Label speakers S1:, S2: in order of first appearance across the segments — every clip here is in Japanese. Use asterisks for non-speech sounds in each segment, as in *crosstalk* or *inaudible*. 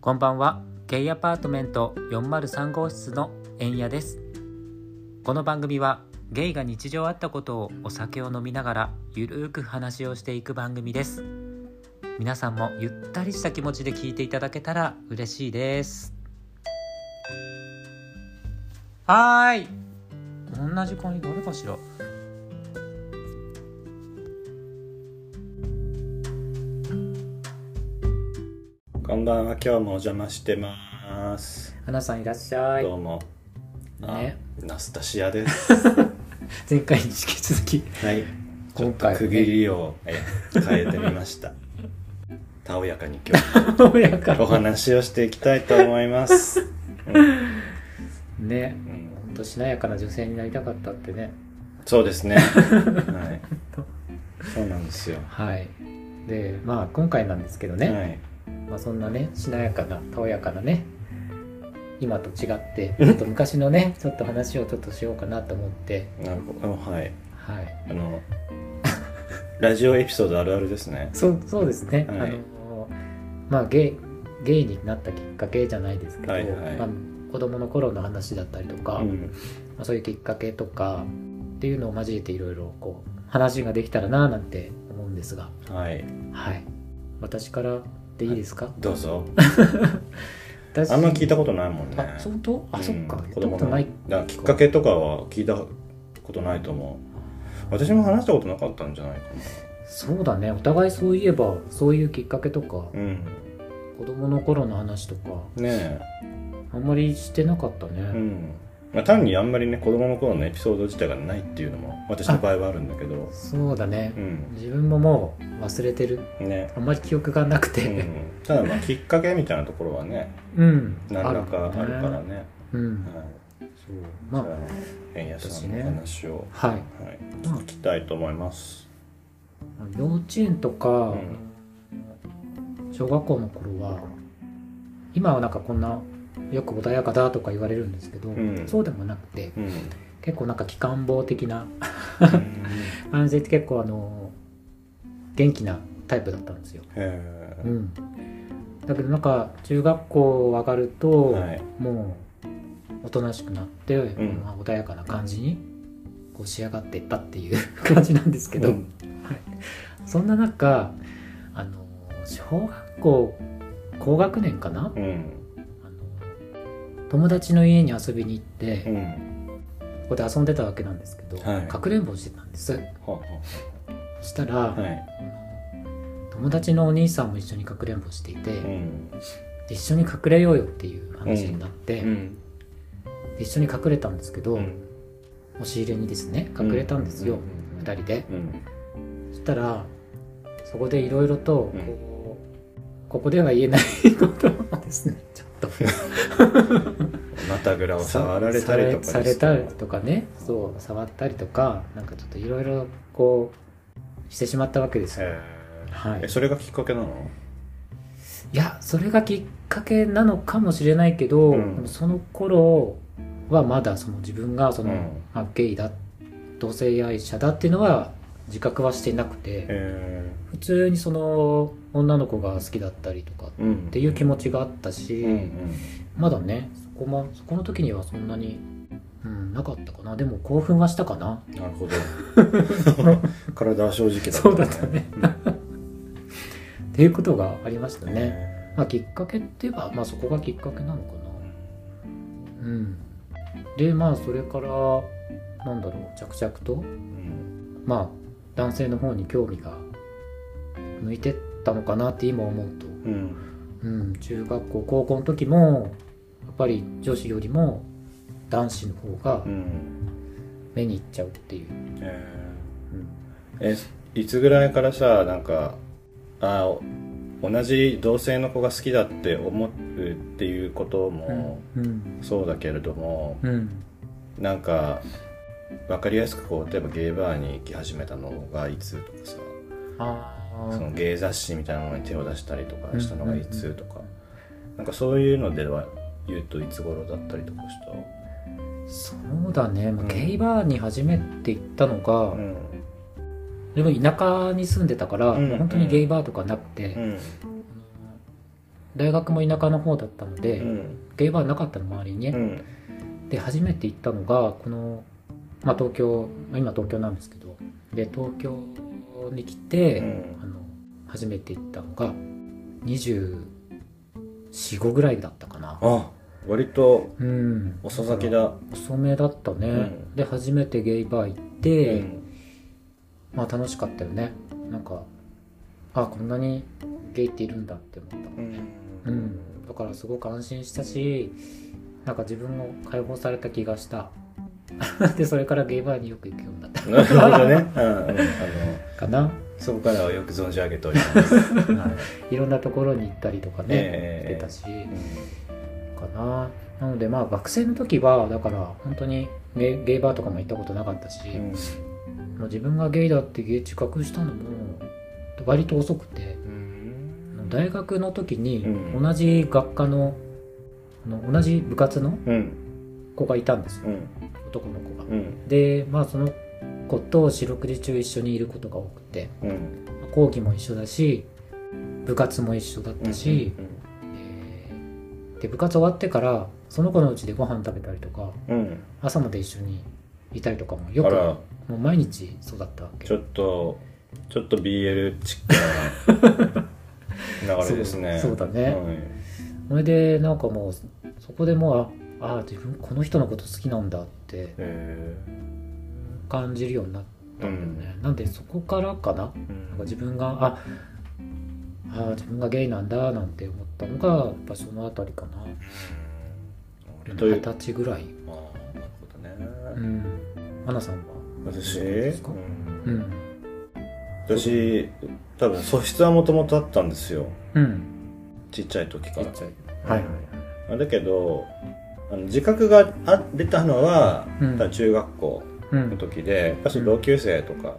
S1: こんばんはゲイアパートメント403号室の円谷ですこの番組はゲイが日常あったことをお酒を飲みながらゆるーく話をしていく番組です皆さんもゆったりした気持ちで聞いていただけたら嬉しいですはーいこんな時間にどれかしら
S2: こんばんは、今日もお邪魔してます。
S1: 花さんいらっしゃい
S2: どうも。あ
S1: ね
S2: ナスタシア
S1: *laughs*
S2: です。
S1: 前回に引き続き *laughs*
S2: はい。ちょ
S1: 今
S2: っと
S1: 回もね
S2: 区切りを、え変えてみました。たおやかに今
S1: 親か
S2: 日お話をしていきたいと思います。
S1: *laughs* ね
S2: うん
S1: ほんとしなやかな女性になりたかったってね
S2: そうです
S1: *laughs*
S2: ね。はい。そうなんですよ。
S1: はいでまあ今回なんですけどね、
S2: はい。
S1: まあ、そんなねしなやかなたおやかなね今と違ってちょっと昔のねちょっと話をちょっとしようかなと思って
S2: なるほど。はい。
S1: はい
S2: あの、ラジオエピソードあるあるですね。
S1: そうそうですね、
S2: はい
S1: あのまあゲイゲイになったきっかけじゃないですけど、
S2: はいはい
S1: まあ、子供の頃の話だったりとか、
S2: うん。
S1: まあ、そういうきっかけとかっていうのを交えていろいろこう話ができたらなぁなんて思うんですが
S2: はい。
S1: はい私からでいいですか、
S2: ど
S1: *laughs*
S2: うぞ。
S1: 私
S2: あんま聞いたことないもんね。
S1: あ相当あ、そっか
S2: うん
S1: 言ったことない
S2: 子供のだからきっかけとかは聞いたことないと思う私も話したことなかったんじゃないか
S1: そうだねお互いそういえばそういうきっかけとか、
S2: なうん
S1: 子供の頃の話とか
S2: ね
S1: あんまりしてなかったね、
S2: えうん、まあ、単にあんまりね子供の頃のエピソード自体がないっていうのも私の場合はあるんだけど
S1: そうだね
S2: うん
S1: 自分ももう忘れてる
S2: ね
S1: あんまり記憶がなく
S2: う
S1: て
S2: ん、た
S1: *laughs*
S2: だまあきっかけみたいなところはね
S1: うん、
S2: 何らかあるから
S1: ね
S2: ね
S1: うん
S2: はい、
S1: そう
S2: じゃ
S1: ま
S2: あ円谷さんの話を、
S1: あはい
S2: はい、
S1: まあ
S2: 聞きたいと思います
S1: 幼稚園とか
S2: うん
S1: 小学校の頃は今はなんかこんなよく穏やかだとか言われるんですけど、
S2: ん
S1: そうでもなくて *laughs*
S2: うん、
S1: 結構なんか機関棒的な感じで結構あの元気なタイプだったんですよ
S2: へえ
S1: うん、だけどなんか中学校上がると、
S2: はい
S1: もうおとなしくなって、
S2: ん
S1: まあ、穏やかな感じにこう仕上がっていったっていう *laughs* 感じなんですけど、
S2: うん
S1: そんな中あの小学校高学年かな、
S2: うん
S1: あの友達の家に遊びに行って、
S2: う
S1: こ
S2: ん
S1: こで遊んでたわけなんですけど、
S2: はい
S1: かくれんぼしてたんです
S2: は
S1: そしたら、
S2: あはあはい。
S1: 友達のお兄さんも一緒にかくれんぼしていて、
S2: うん。
S1: 一緒に隠れようよっていう話になって、
S2: ん。
S1: 一緒に隠れたんですけど、
S2: うん。
S1: 押し入れにですね隠れたんですよ、
S2: うん
S1: 2人で
S2: うん。
S1: そしたらそこでいろいろとこう、
S2: うん
S1: ここでは言えないことをですねちょっと
S2: またぐらを触られたりとか
S1: されされたりとかねそう触ったりとかなんかちょっといろいろこうしてしまったわけですよ、
S2: へえ
S1: はい
S2: え、それがきっかけなの
S1: いやそれがきっかけなのかもしれないけど、
S2: うん
S1: でもその頃はまだその自分がその、
S2: うん
S1: まあ、ゲイだ同性愛者だっていうのは自覚はしてなくて、
S2: え
S1: 普通にその女の子が好きだったりとかっ
S2: え。うん。
S1: ていう気持
S2: ち。
S1: ちがあったし、
S2: うん。
S1: まだねそこ,、ま、そこの時にはそんなに、うん、なかったかなでも興奮はしたかな
S2: うん。なるほど。体は正直だった。
S1: そうだったね
S2: うん。
S1: っていうことがありましたね、
S2: ね。
S1: まあ、きっかけって言えば、まあ、そこがきっかけなのかなうんでまあそれからなんだろう着々と
S2: うん。
S1: まあ男性の方に興味が向いてったのかなって今思うと
S2: うん。
S1: うん、中学校高校の時もやっぱり女子よりも男子の方が
S2: うん。
S1: 目に行っちゃうっていう、
S2: え
S1: うん
S2: え。え、いつぐらいからさ、なんか、あお同じ同性の子が好きだって思うっていうことも
S1: うん
S2: そうだけれども、
S1: うん、
S2: なんか分かりやすくこう例えばゲイバーに行き始めたのがいつとかさ
S1: あ
S2: その芸雑誌みたいなものに手を出したりとかしたのがいつと
S1: う
S2: か、
S1: んうん
S2: なんかそういうのでは言うといつ頃だったりとかし
S1: あそうだね、まあ
S2: うん
S1: ゲイバーに初めて行ったの
S2: た
S1: が、
S2: うん
S1: でも田舎に住んでたから、
S2: うん
S1: もう本当にゲイバーとかなくて、
S2: うん
S1: 大学も田舎の方だったので、
S2: うん
S1: ゲイバーなかったの周りに
S2: う
S1: ね、
S2: ん
S1: で初めて行ったのがこの、まあ、東京まあ今東京なんですけどで東京に来て、
S2: うん
S1: あの初めて行ったのが245ぐらいだったかな
S2: あ割と
S1: うん
S2: 遅咲きだ
S1: 遅めだったね、
S2: うん
S1: で初めてゲイバー行って、
S2: うん
S1: まあ楽しかったよねなんかあこんなにゲイっているんだって思った
S2: う
S1: うんん、だからすごく安心したしなんか自分も解放された気がした *laughs* でそれからゲイバーによく行くようになった
S2: なるほどね、うんうん、あの
S1: かな
S2: そこからはよく存じ上げております、 *laughs* はい
S1: いろんなところに行ったりとかね、
S2: ええ
S1: してたしかななのでまあ学生の時はだから本当にゲイゲイバーとかも行ったことなかったし、
S2: うん
S1: もう自分がゲイだってゲイ自覚したのも割と遅くてあの大学の時に
S2: うん
S1: 同じ学科の,、あの同じ部活の
S2: うん
S1: 子がいたんですよ
S2: うん
S1: 男の子が。
S2: うん
S1: でまあその子と四六時中一緒にいることが多くて
S2: うん
S1: 講義も一緒だし部活も一緒だったし、えーで部活終わってからその子のうちでご飯食べたりとか
S2: うんうん
S1: 朝まで一緒にいたりとかも
S2: あ
S1: よく
S2: ら
S1: もう毎日そうだったわけ
S2: ちょっとちょっと BL チックな流れですね
S1: *laughs* そうそうだねそれでなんかもうそこでもうああ自分この人のこと好きなんだって
S2: え
S1: 感じるようになったんだよね、なんでそこからかななんか自分がああー自分がゲイなんだなんて思ったのがやっぱそのあたりかな
S2: 俺とい
S1: 二
S2: う
S1: 十歳ぐらい
S2: ああなるほどね、
S1: うんアナさんは
S2: 私、
S1: ですか
S2: うん
S1: うん
S2: 私多分素質はもともとあったんですよ
S1: うん
S2: ちっちゃい時か
S1: ち
S2: ら
S1: っちゃいはい
S2: あだけどあの自覚があ出たのは、
S1: うん
S2: 多分中学校
S1: う
S2: の
S1: ん
S2: 時でやっぱその同級生とか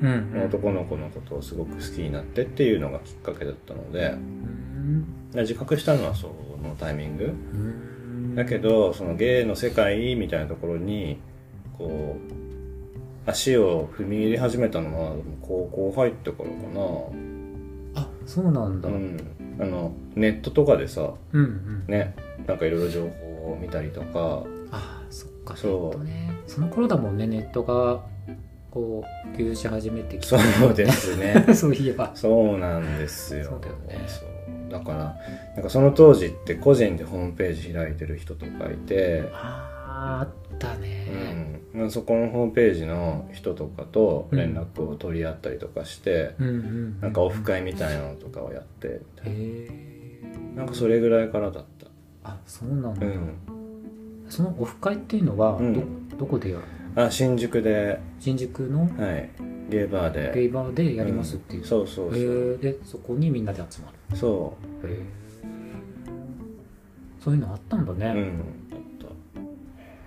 S1: う
S2: の
S1: ん
S2: 男の子のことをすごく好きになってっていうのがきっかけだったので
S1: うん
S2: で自覚したのはそのタイミング
S1: うん
S2: だけどその芸の世界みたいなところにこう足を踏み入れ始めたのは高校入ってからか
S1: あそうなんだ
S2: な、
S1: う
S2: うんん、あのネットとかでさ
S1: うん
S2: ねなんかいろいろ情報を見たりとか
S1: あーそっか
S2: そ
S1: ネット
S2: う
S1: ねその頃だもんねネットがこう普及し始めてき
S2: そ
S1: て
S2: うです
S1: *laughs*
S2: ね
S1: そういえば
S2: そうなんですよ
S1: そうだよね
S2: そうだからなんかその当時って個人でホームページ開いてる人とかいて、
S1: あーあったね
S2: うん、そこのホームページの人とかと連絡を取り合ったりとかして、
S1: うんうん
S2: なんかオフ会みたいなのとかをやって
S1: へえ
S2: なんかそれぐらいからだった
S1: あそうなん
S2: う
S1: だ
S2: ん
S1: そのオフ会っていうのはど,、
S2: うん
S1: どこでやるの
S2: あ新宿で
S1: 新宿の
S2: はいゲーバーで
S1: ゲイバーでやりますっていう、
S2: んそうそうそう、
S1: えーでそこにみんなで集まる
S2: そ
S1: そういうのあったんだ
S2: うう
S1: ね、
S2: んだっ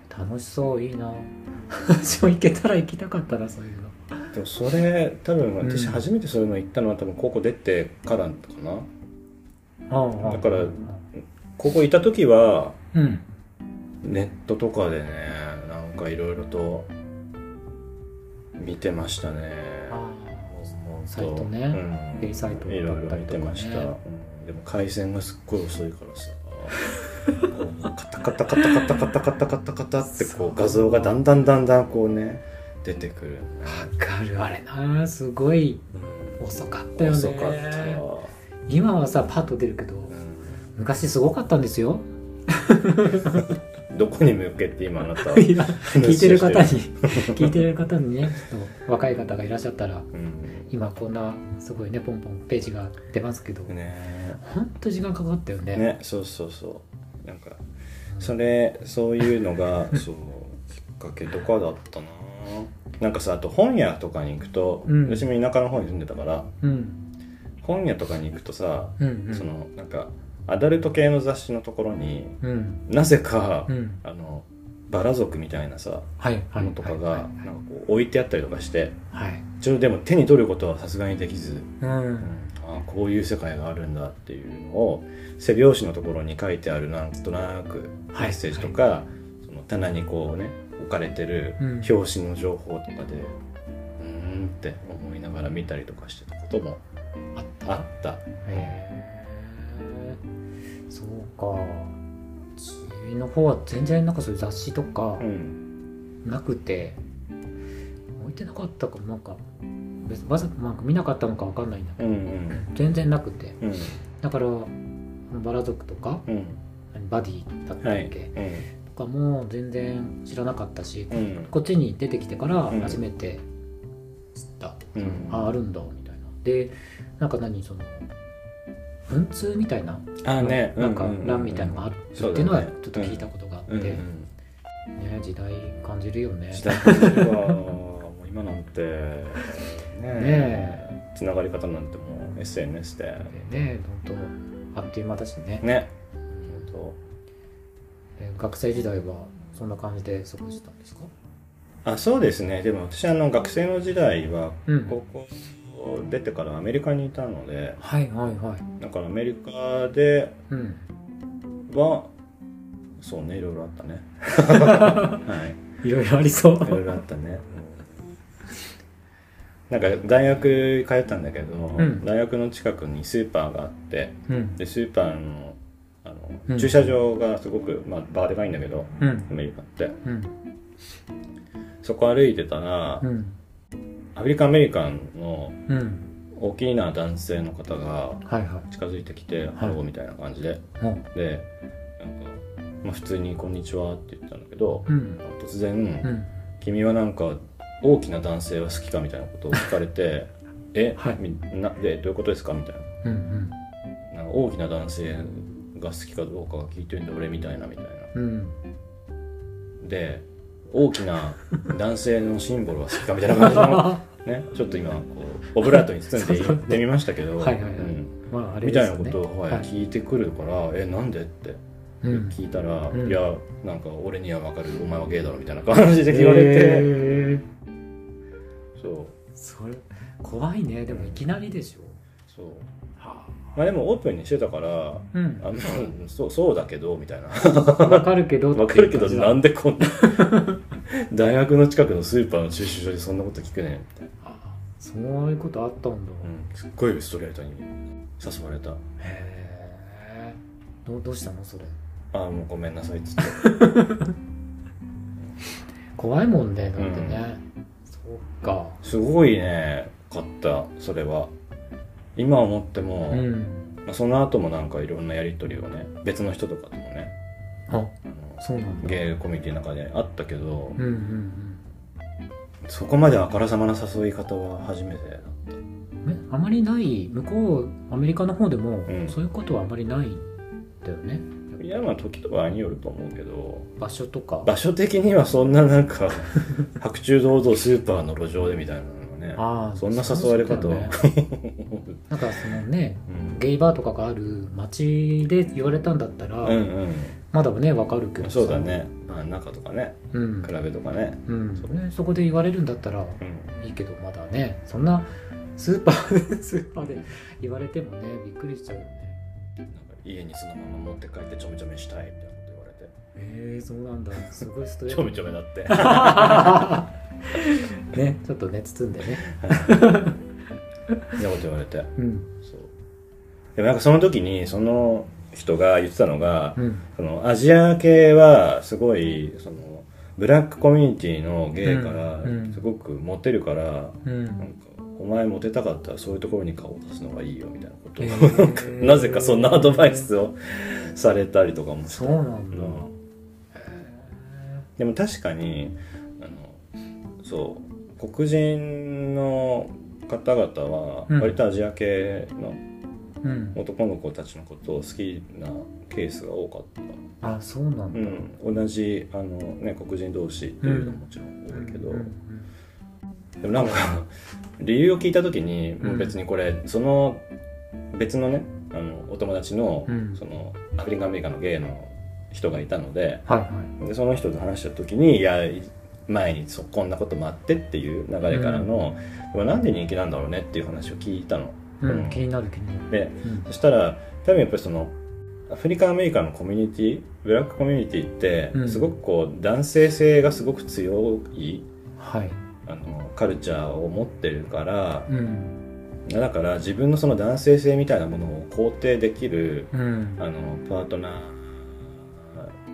S2: た
S1: 楽しそういいな *laughs* 私も行けたら行きたかったなそういうの
S2: でもそれ多分
S1: うん
S2: 私初めてそういうの行ったのは多分高校出てからかな
S1: ああ
S2: だから
S1: う
S2: 高校いた時は
S1: ん
S2: ネットとかでねなんかいろいろと見てましたね
S1: あ
S2: ほんと
S1: サイトね
S2: うん、
S1: ゲイサイト
S2: いろい
S1: だっ
S2: ろ
S1: たり
S2: 見
S1: と
S2: て
S1: かね
S2: ました、うんでも回線がすっごい遅いからさこうカタカタカタカタカタカタカタカタって
S1: そ
S2: こ
S1: う
S2: う画像がだんだんだんだんこうね出てくる、
S1: あわかるあれなすごい遅かったよね
S2: 遅かったよ、
S1: 今はさパッと出るけど
S2: う
S1: 昔すごかったんですよ
S2: んどこに向けて今あなた
S1: いや聞いてる方に
S2: 話をしてる、
S1: 聞いてる方にね、ちょっと若い方がいらっしゃったら、
S2: うん
S1: 今こんなすごいね、ポンポンページが出ますけど、
S2: ね
S1: ほんと時間かかったよね。
S2: ねそうそうそうなんかそれそういうのが
S1: *laughs*
S2: そうきっかけとかだったななんかさあと本屋とかに行くと、
S1: うん
S2: 私も田舎の方に住んでたから
S1: うん、
S2: 本屋とかに行くとさ、
S1: うん、うん。
S2: そのなんかアダルト系の雑誌のところに
S1: うん、
S2: なぜか、
S1: うん。
S2: あのバラ族みたいなさ
S1: はい、は
S2: も
S1: い。
S2: のとか
S1: はい
S2: がなんかこう置いてあったりとかして
S1: はい。はい
S2: ちょっとでも手に取ることはさすがにできず、
S1: うん。
S2: あこういう世界があるんだっていうのを背表紙のところに書いてあるなんとなくメ
S1: はい
S2: ッセージとか、その棚にこうね置かれてる
S1: うん
S2: 表紙の情報とかで、うーんって思いながら見たりとかしてたことも
S1: あった。
S2: あった。
S1: へえ。そうかうちの方は全然なんかそういう雑誌とか
S2: うん
S1: なくて、置いてなかったかもなんか別にわざとなんか見なかったのかわかんないんだけ
S2: うんうん
S1: ど全然なくて
S2: うん
S1: だからバラ族とか
S2: うん
S1: バディだった
S2: は
S1: っ
S2: い
S1: け、
S2: う
S1: とかも全然知らなかったし、
S2: んうん
S1: こっちに出てきてから
S2: うん
S1: 初めて知った、
S2: うん
S1: ああるんだみたいなでなんか何その文通みたいな
S2: あね
S1: なんか
S2: うううう
S1: 欄みたいのがあるって
S2: そう
S1: い
S2: だね
S1: うのはちょっと聞いたことがあって、
S2: うんう
S1: ね
S2: ん
S1: 時代感じるよね
S2: 自宅はもう今なんてね
S1: ね
S2: つながり方なんてもう SNS で
S1: でね本当あっという間だしね
S2: ね
S1: うん
S2: 本
S1: え学生時代はそんな感じで過ごしてたんですか
S2: 当あそうですねでも私あの学生の時代は
S1: うん
S2: 高校を出てからアメリカにいたので
S1: はいはいはい
S2: だからアメリカで
S1: うん
S2: はそうねいろいろあったねはい
S1: いろいろありそう
S2: いろいろあったね。なんか大学通ったんだけど、
S1: ん
S2: 大学の近くにスーパーがあって
S1: うん
S2: でスーパーのあの、
S1: うん
S2: 駐車場がすごく、まあ、バーでかいんだけど
S1: うん
S2: アメリカって
S1: うん
S2: そこ歩いてたら、
S1: うん
S2: アフリカンアメリカンの
S1: うん
S2: 大きな男性の方が
S1: はいはい
S2: 近づいてきて、ハローみたいな感じで
S1: も
S2: でなんか、まあ、普通に「こんにちは」って言ったんだけど、
S1: ううん
S2: 突然、
S1: うん
S2: 君はなんか大きな男性は好きかみたいなことを聞かれ
S1: *laughs*
S2: て「え、
S1: はい
S2: みなでどういうことですか?」みたい
S1: うんうん
S2: ななんか大きな男性が好きかどうかが聞いてるんだ俺みたいなみたいな
S1: うん
S2: で大きな男性のシンボルは好きかみたいな感
S1: *laughs*
S2: じの、ね、ちょっと今こうオブラートに包んで言ってみましたけど
S1: はいはいはい
S2: うん
S1: まああれ
S2: み
S1: で
S2: た
S1: す
S2: い
S1: よ
S2: な
S1: ね
S2: ことを、はい
S1: はい
S2: 聞いてくるから「えなんで?」って
S1: うん
S2: 聞いたら「
S1: うん
S2: いやなんか俺には分かるお前はゲイだろ」みたいな感じで言われて、
S1: へー
S2: そう
S1: それ怖いねでもいきなりでしょ
S2: そう
S1: は
S2: まあでもオープンにしてたから
S1: あうん
S2: あのそうそうだけどみたいな
S1: わかるけど
S2: わかるけどなんんでこ
S1: *laughs*
S2: んな大学の近くのスーパーの駐車場でそんなこと聞くねんみたいな、
S1: そういうことあったんだ
S2: うん、すっごいストレートに誘われた
S1: へえどうどうしたのそれ
S2: ああもうごめんなさいっつって
S1: 怖いもんねだってねそうか
S2: すごいね買ったそれは今思っても、
S1: うん
S2: まあその後もなんかいろんなやり取りをね別の人とかともね
S1: あ
S2: あの
S1: そうなんだ
S2: ゲイコミュニティの中であったけど、
S1: うんうん
S2: そこまであからさまな誘い方は初めてだった
S1: うんえあまりない向こうアメリカの方でも
S2: うん
S1: そういうことはあまりないんだよね
S2: いやまあ時と場合によると思うけど
S1: 場所とか
S2: 場所的にはそんななんか
S1: *laughs*
S2: 白昼堂々スーパーの路上でみたいなのがね
S1: ああ
S2: そんな誘われ方
S1: そう
S2: は、
S1: だよねなんかそのね
S2: うん
S1: ゲイバーとかがある街で言われたんだったら、
S2: うん
S1: まだねわかるけど
S2: うん
S1: さ
S2: そうだねまあ中とかね
S1: うん
S2: 比、べとかね
S1: うんそねそこで言われるんだったら
S2: うん
S1: いいけどまだねそんなスーパーでスーパーで言われてもねびっくりしちゃうよね
S2: なんか家にそのまま持って帰ってちょめちょめしたいみたいなこと言われて
S1: えー、そうなんだすごいストレ
S2: ちょ
S1: ー
S2: めちょめだって
S1: トねちょっとね包んでね
S2: そんなこと言われて
S1: うん
S2: そうでもなんかその時にその人が言ってたのが、
S1: うん
S2: そのアジア系はすごいそのブラックコミュニティのゲイから
S1: うんうん
S2: すごくモテるから、
S1: う
S2: なん
S1: ん
S2: かお前モテたかったらそういうところに顔を出すのがいいよみたいなことを、
S1: えー
S2: なぜかそんなアドバイスをされたりとかも
S1: そうなんだ、へ
S2: うん
S1: え
S2: でも確かにあのそう黒人の方々は
S1: うん
S2: 割とアジア系の
S1: うん
S2: 男の子たちのことを好きなケースが多かった
S1: あそうなんだ、
S2: うん、同じあの、ね、黒人同士っていうのももちろん多いけど、
S1: うん
S2: でもなんか理由を聞いた時に、
S1: ん
S2: もう別にこれその別のねあのお友達の,、
S1: うん
S2: そのアフリカンアメリカのゲイの人がいたので
S1: はいはい
S2: でその人と話した時にいや前にそこんなこともあってっていう流れからの、でもなんで人気なんだろうねっていう話を聞いたの。
S1: うん、
S2: うん
S1: 気になる気になる
S2: で
S1: うん
S2: そしたら多分やっぱりそのアフリカンアメリカのコミュニティブラックコミュニティって、
S1: うん
S2: すごくこう男性性がすごく強い
S1: はい
S2: あのカルチャーを持ってるから
S1: うん
S2: だから自分のその男性性みたいなものを肯定できる
S1: うん
S2: あのパートナ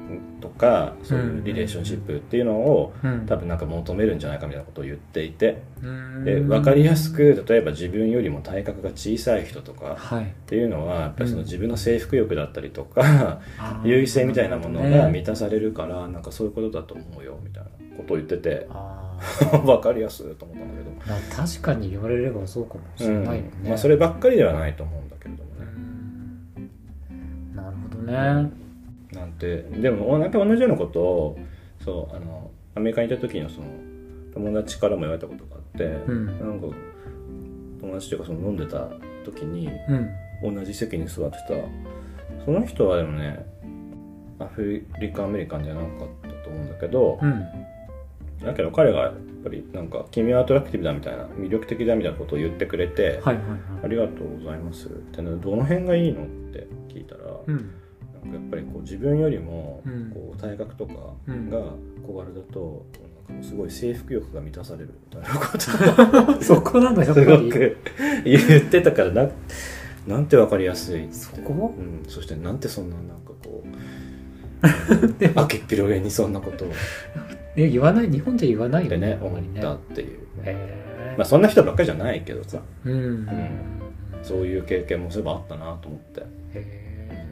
S2: ーとかそういうリレーションシップっていうのを
S1: うん
S2: 多分なんか求めるんじゃないかみたいなことを言っていて
S1: うん
S2: で分かりやすく例えば自分よりも体格が小さい人とか
S1: はい
S2: っていうのはやっぱりその自分の征服欲だったりとか、優位性みたいなものが満たされるからなんかそういうことだと思うよみたいなことを言ってて *laughs*
S1: あ
S2: 分かりやすいと思ったんだけど。
S1: ーまあ確かに言われればそうかもしれないよね、
S2: うんまあ、そればっかりではないと思うんだけれども
S1: うん
S2: ね。
S1: なるほどね
S2: なんてでもなんか同じようなことをそうあのアメリカにいた時のその友達からも言われたことがあって、
S1: ん
S2: なんか友達というかその飲んでた時に
S1: うん
S2: 同じ席に座ってたその人はでもねアフリカアメリカンじゃなかったと思うんだけど、
S1: うん
S2: だけど彼がやっぱりなんか「君はアトラクティブだ」みたいな魅力的だみたいなことを言ってくれて、
S1: はいはいはい
S2: ありがとうございますってねどの辺がいいのって聞いたら、 *laughs*
S1: うん
S2: なんかやっぱりこう自分よりも
S1: うん
S2: こう体格とかが
S1: うん
S2: 小柄だとなんかすごい征服欲が満たされるみたいなこと
S1: *laughs* そこなんだや
S2: を
S1: っぱ
S2: すご
S1: り
S2: く言ってたからななんてわかりやすいって
S1: そこ
S2: うん、そしてなんてそんななんかこ
S1: *laughs*
S2: うあけっぴろげにそんなことをっ
S1: え言わない日本じゃ言わないよ
S2: てね
S1: あん
S2: 思
S1: まり
S2: っ
S1: ね
S2: たっていう、
S1: へー
S2: まあ、そんな人ばっかりじゃないけどさ
S1: うん
S2: んそういう経験もそういえばあったなと思って
S1: へ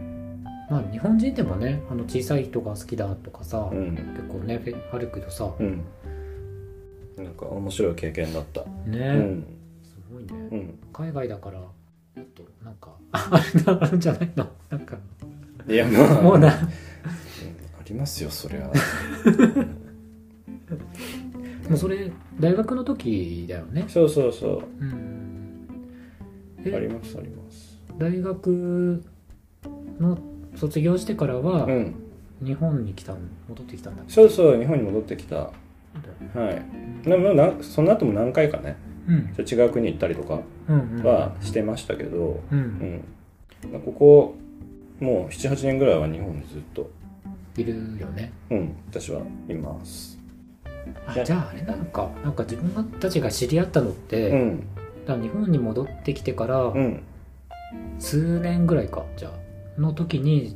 S1: ーまあ日本人でもねあの小さい人が好きだとかさ、
S2: うん
S1: 結構ねべあるけどさ、
S2: うんなんか面白い経験だった
S1: ね、
S2: うん
S1: すごいね、
S2: うん
S1: 海外だからもっとなんか *laughs* あれなあるんじゃないのなんか
S2: いやま
S1: *laughs*
S2: あ
S1: もうな
S2: ありますよそりゃ *laughs*
S1: もうそれ大学の時だよね
S2: そうそうそ
S1: う
S2: う
S1: ん
S2: あり
S1: え
S2: ますあります
S1: 大学の卒業してからは
S2: うん
S1: 日本に来たの戻ってきたんだっけ
S2: そうそう日本に戻ってきたは
S1: そうだよね
S2: いでもなその後も何回かね
S1: うん
S2: ちょっと違う国行ったりとか
S1: うんうん
S2: はしてましたけど
S1: う
S2: うんん、ここもう78年ぐらいは日本にずっと
S1: いるよね
S2: うん私はいますい
S1: あ
S2: や
S1: じゃああれなのかなんか自分たちが知り合ったのっ
S2: う
S1: て、
S2: ん
S1: だから日本に戻ってきてから
S2: うん
S1: 数年ぐらいかじゃあの時に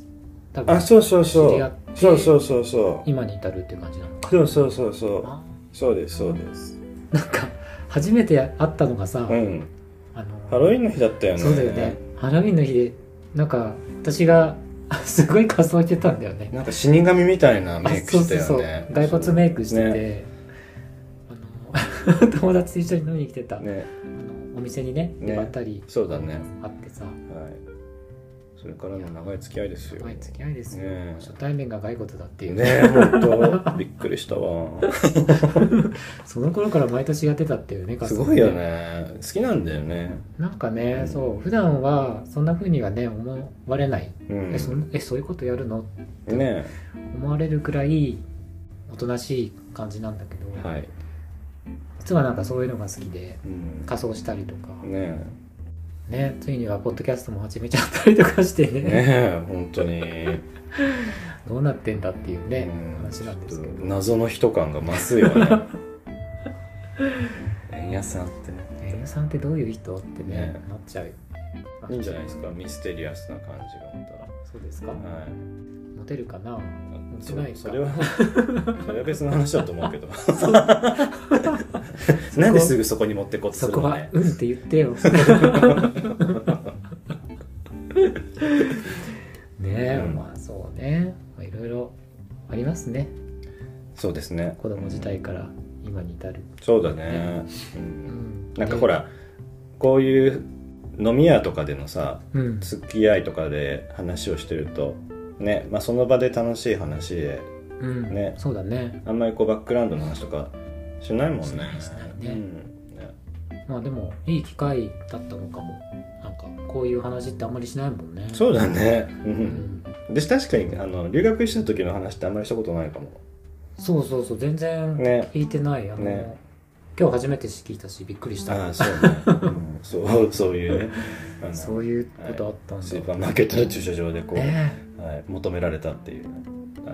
S1: 多分
S2: あそうそうそ
S1: 知り合
S2: う
S1: って
S2: そうそうそうそう
S1: 今に至るっていう感じなのか
S2: そうそうそうそう
S1: な
S2: そうですそうです
S1: なんか初めて会ったのがさ、
S2: うん
S1: あの
S2: ハロウィンの日だったよね
S1: そうだよねハロウィンの日でなんか私がすごい仮装してたんだよね
S2: なんか死神みたいな
S1: あ
S2: メイク
S1: そう
S2: した
S1: そう
S2: よね
S1: そう外骨メイクしてて、
S2: ね
S1: あの *laughs* 友達と一緒に飲みに来てた、
S2: ね
S1: あのお店にね
S2: ね
S1: 出張ったり
S2: そうだね
S1: あってさ、
S2: はいそれからの長い付き合いですよ
S1: 長い付き合いですよ、
S2: ね
S1: 初対面が骸骨だっていう、
S2: ね本当びっくりしたわ
S1: その頃から毎年やってたっていうね仮
S2: す
S1: 装
S2: ごいよね好きなんだよね
S1: なんか
S2: う
S1: ね
S2: ん
S1: そう普段はそんな風にはね思われない、
S2: うん
S1: えそんえそういうことやるの
S2: ね
S1: 思われるくらいおとなしい感じなんだけど、
S2: はい、
S1: 実はなんかそういうのが好きで
S2: うん、
S1: 仮装したりとか
S2: ね
S1: ねついにはポッドキャストも始めちゃったりとかしてね
S2: えねえ本当に、
S1: *laughs* どうなってんだっていうね、
S2: うん
S1: 話なんですけ
S2: ちょっ
S1: ど
S2: と謎の人感が増すよね円安さんって
S1: えーさんってどういう人ってね
S2: ね
S1: なっちゃうよね
S2: いいんじゃないですかミステリアスな感じが
S1: そうですか、
S2: またはい
S1: モテるかな
S2: あ
S1: しないか
S2: そそれはそれは別の話だと思う
S1: *laughs*
S2: けどなんですぐそこに持ってこうとす
S1: そ
S2: る
S1: こ
S2: の
S1: は
S2: ね
S1: 「うん」って言って
S2: *laughs*
S1: よねえ、
S2: うん
S1: まあそうねまあいろいろありますね
S2: そうですね
S1: 子供時代から今に至る、
S2: そうだね、うん
S1: ん
S2: なんかほ、らこういう飲み屋とかでのさ
S1: うん、
S2: 付き合いとかで話をしてるとね、まあ、その場で楽しい話で
S1: うん
S2: ね
S1: そうだね
S2: あんまりこうバックグラウンドの話とかしないもんね
S1: しないしないね
S2: うんね
S1: まあでもいい機会だったのかもなんかこういう話ってあんまりしないもんね
S2: そうだね、う、
S1: うんん
S2: 私確かにあの留学してた時の話ってあんまりしたことないかも
S1: そうそうそう全然
S2: ね
S1: 聞いてない、あの、
S2: ね
S1: 今日初めて聞いたしびっくりし
S2: あ
S1: た
S2: あそうね、うん *laughs* そうそういうねあの
S1: そういうことあったんだ、
S2: スーパーマーケットの駐車場でこう、
S1: ね
S2: はい、求められたっていう、は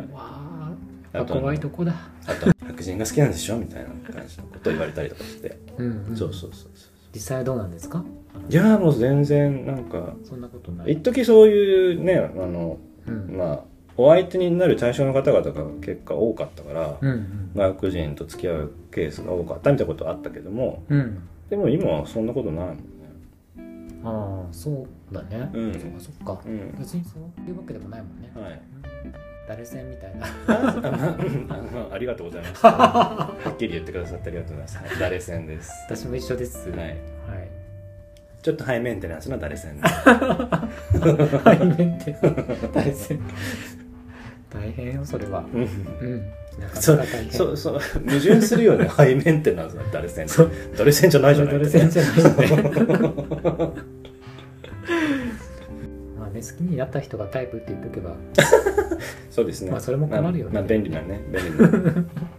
S2: い
S1: え、わあ
S2: あと
S1: 怖いとこだ
S2: あと白人が好きなんでしょみたいな感じのことを言われたりとかして、
S1: うん、うん、
S2: そうそうそうそう
S1: 実際どうなんですか
S2: いやーもう全然なんか
S1: そんなことない
S2: 一時そういうねあの
S1: うん
S2: まあお相手になる対象の方々が結果多かったから、
S1: うんうん
S2: 外国人と付き合うケースが多かったみたいなことはあったけども
S1: うん
S2: でも今はそんなことないもんね
S1: ああそうだね
S2: うん
S1: そっかそっか
S2: うん
S1: 別にそういうわけでもないもんね
S2: はい
S1: 誰線みたいな *laughs*
S2: あありがとうございますはっきり言ってくださってありがとうございますはい誰線です
S1: 私も一緒です
S2: は
S1: はいい *laughs*
S2: ちょっとハイメンテナンスな誰線です
S1: はい面
S2: *laughs*
S1: って誰線大変よそれは
S2: うん
S1: うんなかなか
S2: そ
S1: 大変
S2: そうそう矛盾するよねハイメンテナンスな誰線
S1: そう
S2: 誰線じゃないじゃない
S1: 誰線じゃないよねまあね好きになった人がタイプって言っとけば
S2: そうですね
S1: まあそれも困るよね
S2: まあまあ便利なね便
S1: *laughs*
S2: 利な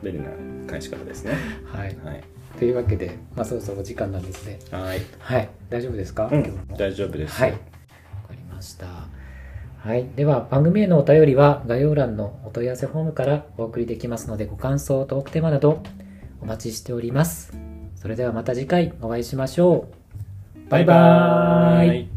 S2: 便利な返し方ですね
S1: はい
S2: はい
S1: というわけで、まあ、そろそろお時間なんですね。
S2: はい、
S1: はい、大丈夫ですか、
S2: う
S1: 今日
S2: ん、
S1: も
S2: 大丈夫です
S1: はい、わかりました。はい、では番組へのお便りは概要欄のお問い合わせフォームからお送りできますので、ご感想、トークテーマなどお待ちしております。それではまた次回お会いしましょう。バイバーイ
S2: イ